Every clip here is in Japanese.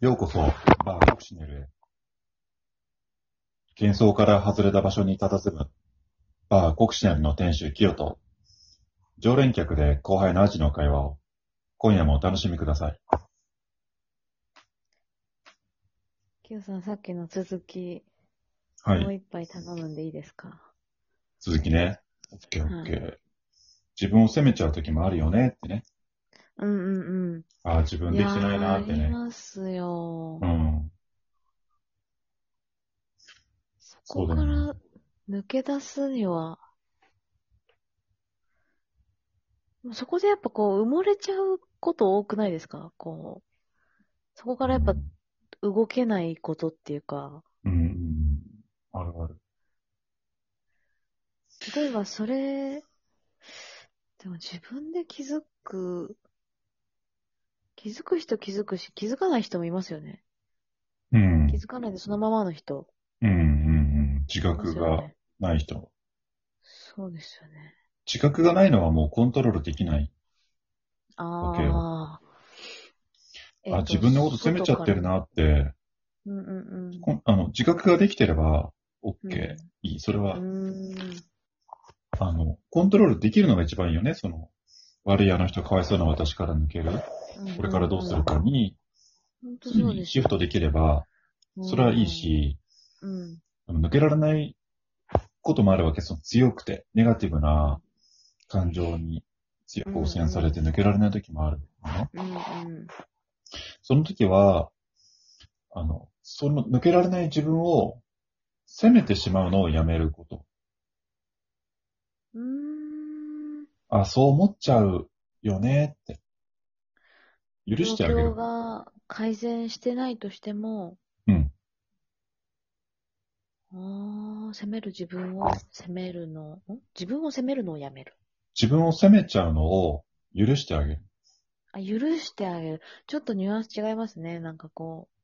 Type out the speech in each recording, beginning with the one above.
ようこそ、バーフォクシネルへ。喧騒から外れた場所に佇む、バーコクシネルの店主、キヨと、常連客で後輩のアジの会話を、今夜もお楽しみください。キヨさん、さっきの続き、はもうい、一杯頼むんでいいですか続きね。オッケーオッケー。は自分を責めちゃう時もあるよねってね。うんうんうん。ああ、自分できてないなーっていやーあね。りますよ、うん。そこそかうだら抜け出すには、もうそこでやっぱこう、埋もれちゃうこと多くないですかこう、そこからやっぱ動けないことっていうか、うん、うん、うん。あるある。例えばそれ、でも自分で気づく、気づく人気づくし、気づかない人もいますよね。うん。気づかないでそのままの人。うん、うん、うん。自いま覚すよがねない人。そうですよね。自覚がないのはもうコントロールできない。ああ。えっあ、と自分のこと責めちゃってる。なって、外からうんうんうん。こんあの、自覚ができてれば、OK、うんいい。それうは、ーん。あの、コントロールできるのが一番いいよね。その、悪いあの人かわいそうな私から抜ける。これからどうするかに、うんうんうん。本当すぐそうでにす。シフトできれば、それはいいし、うん。うん。あの抜けられないこともあるわけ。その強くて、ネガティブな感情に強く汚染されて抜けられない時もある、ね。うんうん。その時は、あの、その抜けられない自分を責めてしまうのをやめること。うーん。あ、そう思っちゃうよねって。許してあげ状る況。が改善してないとしても、うん。ああ、責める自分を責めるの、ん自分を責めるのをやめる。自分を責めちゃうのを許してあげる。あ、許してあげる。ちょっとニュアンス違いますね。なんかこう、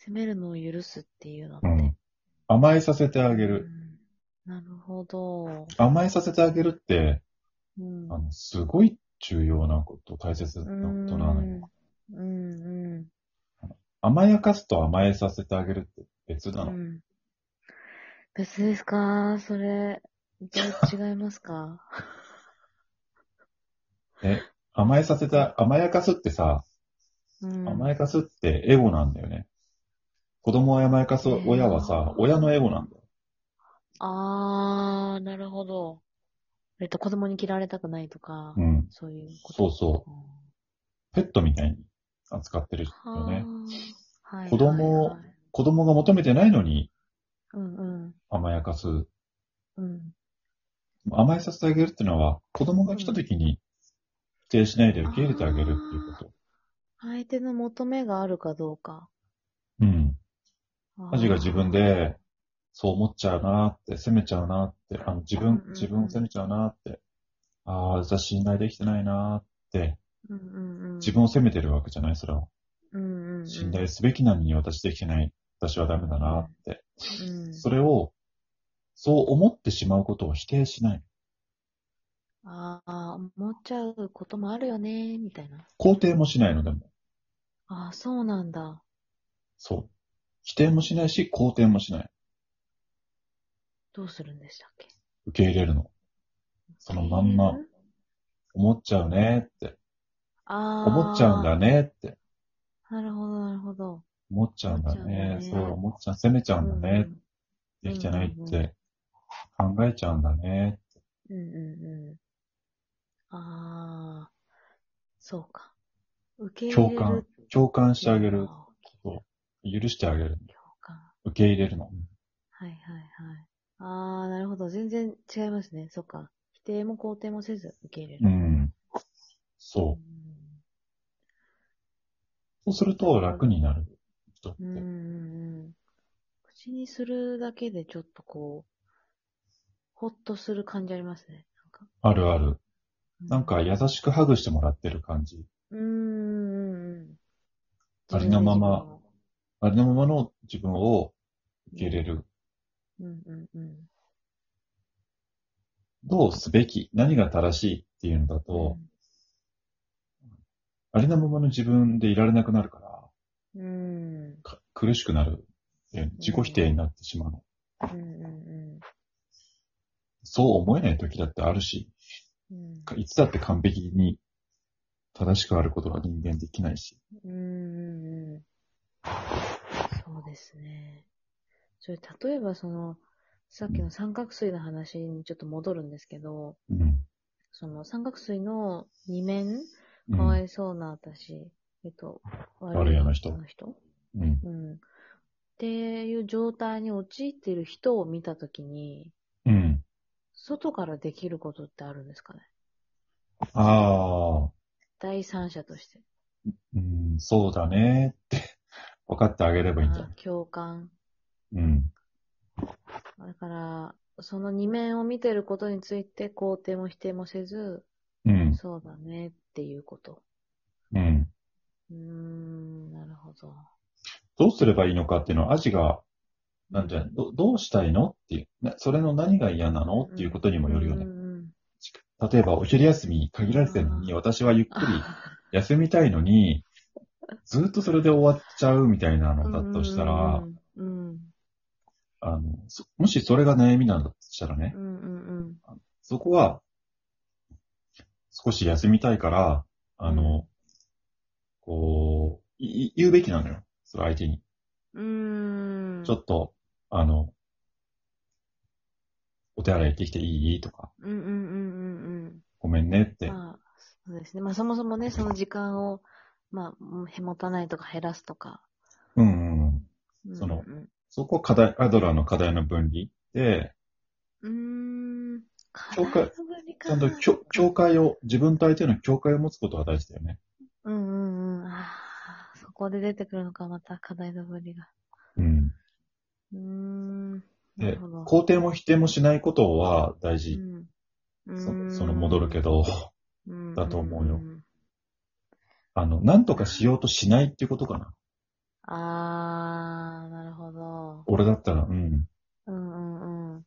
責めるのを許すっていうのって。うん。甘えさせてあげうる。ん。なるほど。甘えさせてあげるって、うん。あの、すごい重要なこと、大切なうこんとなのよ。うんうん。甘やかすと甘えさせてあげるって別なうの。ん。別ですかそれ、どう違いますか甘えさせた、甘やかすってさ、うん。甘やかすってエゴなんだよね。子供を甘やかす親はさ、うん親のエゴなんだよ。あー、なるほど。えっと、子供に嫌われたくないとか、うん。そういうこと。そうそう。うんペットみたいに扱ってるよね。はあはい子供をはいはい子供が求めてないのにうんうん。甘やかす。うん。甘えさせてあげるっていうのは、子供が来た時に否定しないで受け入れてあげるっていうこと。相手の求めがあるかどうか。うん。あーアジが自分。で、そう思っちゃうなって、責めちゃうなって、あの自うんうん分う、ん自分を責めちゃうなって、ああ、じゃあ信頼できてないなって、うんうんうん。自分を責めてるわけじゃない、それは。うんうんうん。信頼すべきなのに私できてない、私はダメだなって。うん。それを、そう思ってしまうことを否定しない。ああ、思っちゃうこともあるよね、みたいな。肯定もしないのでも。ああ、そうなんだ。そう。否定もしないし、肯定もしない。どうするんでしたっけ受け入れるの。そのまんま、思っちゃうねって。ああ。思っちゃうんだ。ねって。なるほど、なるほど。思っちゃうんだね。思っちゃうそんだねう、思っちゃう。責めちゃううんだね。できてないって。考えちゃうんだね。んうんうんうん。ああ、そうか。受け入れる。共感共感してあげる。あー許してあげる。共感。受け入れるの。はいはいはい。あー、なるほど。全然違いますね。そっか。否定も肯定もせず受け入れうる。ん。うそう。そうすると楽になる人って。ん。うんうんうん。口にするだけでちょっとこう、ほっとする感じありますね。なんかあるある。うなんか優しくハグしてもらってる感じ。うーん。ありのままありのままの自分を受け入れる。自分で自分を。うんうんうん。どうすべき何が正しいっていうのだと、ありのままの自分でいられなくなるから、うん。うん。か苦しくなる。え自己否定になってしまうの。うんうんそう思えない時だってあるし、うん。いつだって完璧に正しくあることは人間できないし。うんうんうん。そうですね。それ、例えばその、さっきの三角錐の話にちょっと戻るんですけど、うん。その三角錐の二面、うんかわいそうな私、えっと、悪いあの人あの人うん。うん。っていう状態に陥っている人を見たときに、うん。外からできることってあるんですかねああ、第三者として。うん、そうだねって分かってあげればいいんじゃなあ共感。いうん。だから、その二面を見てることについて肯定も否定もせず、うん。そうだねっていうこと。うん。うーん、なるほど。どうすればいいのかっていうのは、アジが、なんていうのど、どうしたいのっていう、なそれの何が嫌なのっていうことにもよるよねう。ん例えば、お昼休み限られてるのに、あ私はゆっくり休みたいのに、ずっとそれで終わっちゃうみたいなうのん。だとしたうら、んうんあの、そもしそれが悩みなんだとしたらねう、んうんそこは、少し休みたいから、あの、こう、いい言うべきなのよ。それ相手に。うん。うーん。ちょっと、あの、お手洗い行ってきていいとか、うんうんうんうんうん。ごめんねって。まあ、そうですね。まあそもそもね、その時間を、まあ、もうへもたないとか減らすとか。うんうんうん。うんそのうんそこ課題、アドラーの課題の分離で、うん。うーん。教会課題の分離かちゃんと境境界を、自分と相手の境界を持つことが大事だよね。うんうんうん。ああ、そこで出てくるのか、また課題の分離が。うん。うーん。なでるほど。肯定も否定もしないことは大う事。んそその戻るけど、 だと思うよ。んんんあの、なんとかしようとしないっていうことかな。ああ、なるほど。俺だったら、うん。うんうんうん。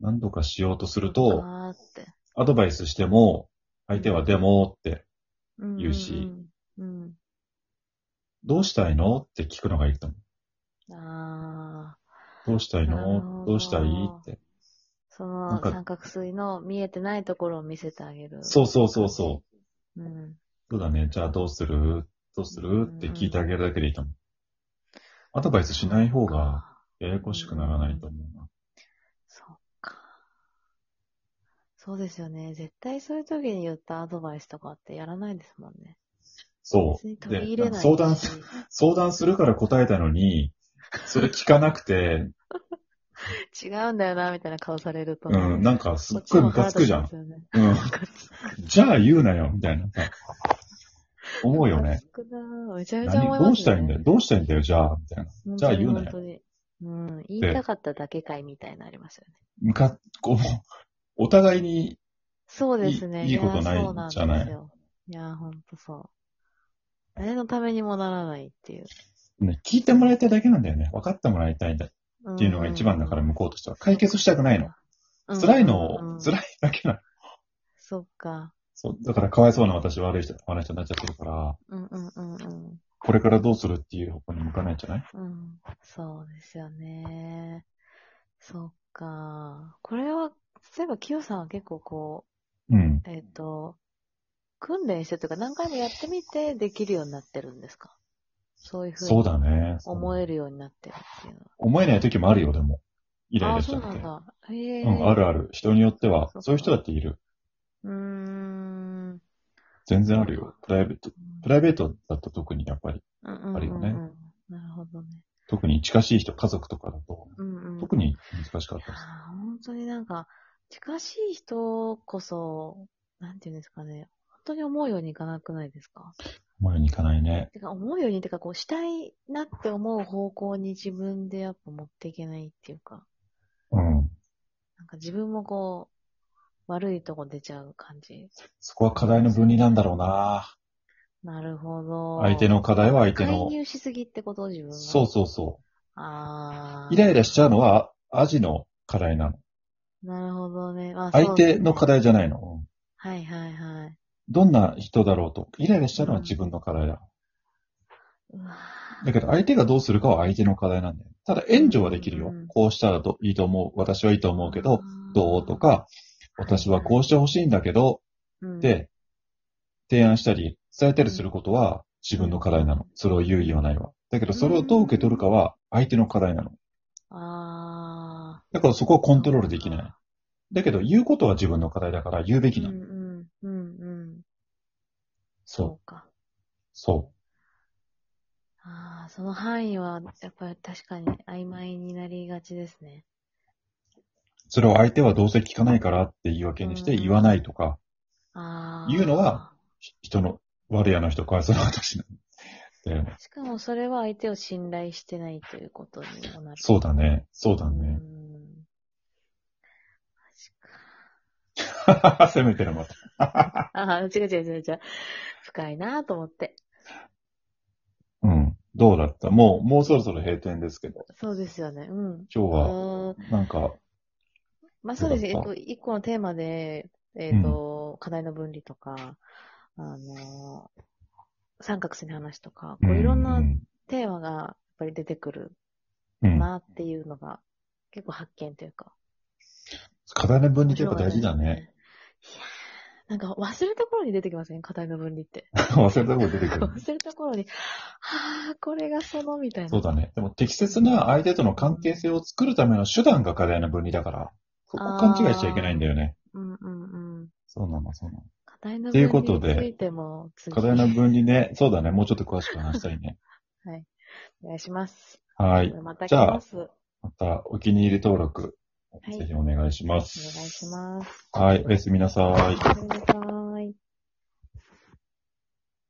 なんとかしようとするそっとか、ーって。アドバイスしても、相手はでもって、んんん言うし。うん。どうしたいのって聞くのがいいと思う。ああ。どうしたいなるほのどどうしたいって。そなんのか三角錐の見えてないところを見せてあげる。。そうそうそうそううん。う。そうだね。じゃあどうするどうするって聞いてあげるだけでいいと思う。アドバイスしない方がややこしくならないと思うな。そっか。そうですよね。絶対そういう時に言ったアドバイスとかってやらないですもんね。そ別にう。取り入れで、ないし。相談す、相談するから答えたのに、それ聞かなく て、違うんだよな、みたいな顔されると。うん、なんかすっごいムカつくじゃん。ん。うん。ムカつじゃあ言うなよ、みたいなさ。思うよね。くなめちゃめちゃ思い何どます、ね。うしたいんだよ、どうしたいんだよ、じゃあ、みたいな。本当にじゃあ言うなよ本当に。うん。言いたかっただけかいみたいになりますよね。むか、こう、お互いに、そうですね。いいいいことないやそうなんですじゃないよいや、ほんとそう。誰のためにもならないっていう。ね、聞いてもらいたいだけなんだよね。分かってもらいたいんだっうんていうのが一番だから、向こうとしては。解決したくないの。うん辛いのうを、ん辛いだけなの。そっか。そう、だからかわいそうな私、悪い人、悪い人になっちゃってるから、うんうんうんうん。これからどうするっていう方向に向かないんじゃないうん。そうですよね。そっか。これは、例えば、キヨさんは結構こうん。う、えっ、と、訓練してというか何回もやってみてできるようになってるんですかそういうふうそうにだね。思える。るようになってるっていうのは。思えない時もあるよ、でも。イライあラあ、しちそゃうって。なんだ。へえ。うん、あるある。人によってはそっ、かそういう人だっている。うーん。全然あるよ。プライベート、プライベートだと特にやっぱり、ああるよね。なるほどね。特に近しい人、家族とかだと、うんうん。特に難しかっいたやです。ー本当になんか、近しい人こそ、なんていうんですかね、本当に思うようにいかなくないですか前に行かないね。てか、思うように、てか、こう、したいなって思う方向に自分でやっぱ持っていけないっていうか、うん。なんか自分もこう、悪いとこ出ちゃう感じ。そこは課題の分離なんだろうななるほど。相手の課題は相手介の。入しすぎってこと自分が。そうそうそあう。ーイライラしちゃうのは、アジの課題なの。なるほどね。まあ、相手そうですねの課題じゃないの。はいはいはい。どんな人だろうと、イライラしたのは自分の課題だ。うわだけど、相手がどうするかは相手の課題なんだよ。ただ、援助はできるようん。こうしたらどいいと思う。私はいいと思うけど、ーどうと、か、私はこうしてほしいんだけど、うん、で、提案したり、伝えたりすることは自分の課題なの。それを言う意はないわ。だけど、それをどう受け取るかは相手の課題なの。ああ、だからそこをコントロールできない。だけど、言うことは自分の課題だから言うべきなうの。んうん、うんうん。そう、そうか。そああ、その範囲は、やっぱり確かに曖昧になりがちですね。う。それを相手はどうせ聞かないからって言い訳にして言わないとか、ああ。言うのは、ひ人の、悪やの人、かわいそうな私なんだよね。しかもそれは相手を信頼してないということにもなる。そうだね。そうだうね。 ん。マジか。攻めてるまた。ああ、違う違う違う違う。深いなぁと思って。うん。どうだったもう、もうそろそろ閉店ですけど。そうですよね。うん。今日うは、ーんなんか、まあそうですね。えどっうだと、一個のテーマで、えっ、と、課題の分離とか、あの三角錐の話とか、こういろんうなうんテーマがやっぱり出てくるうん。なっていうのが、結構発見というか。課題の分離ってやっぱ大事だ面白かったねで。すね。いやーなんか忘れた頃に出てきません課題の分離って。忘れたこと出てくる。忘れた頃に、はあ、これがその、みたいな。そうだね。でも適切な相手との関係性を作るための手段が課題の分離だから、そこ勘違いしちゃいけないんだよね。うんうんうん。そうなの、そうなの。課題のという分ことで離についても、次課題の分離ね、そうだね。もうちょっと詳しく話した いね。お願いします。はい。また来じゃあます。お願またお気に入り登録、はいぜひお願いします。いします。はい、おやすみなさい。お願いします。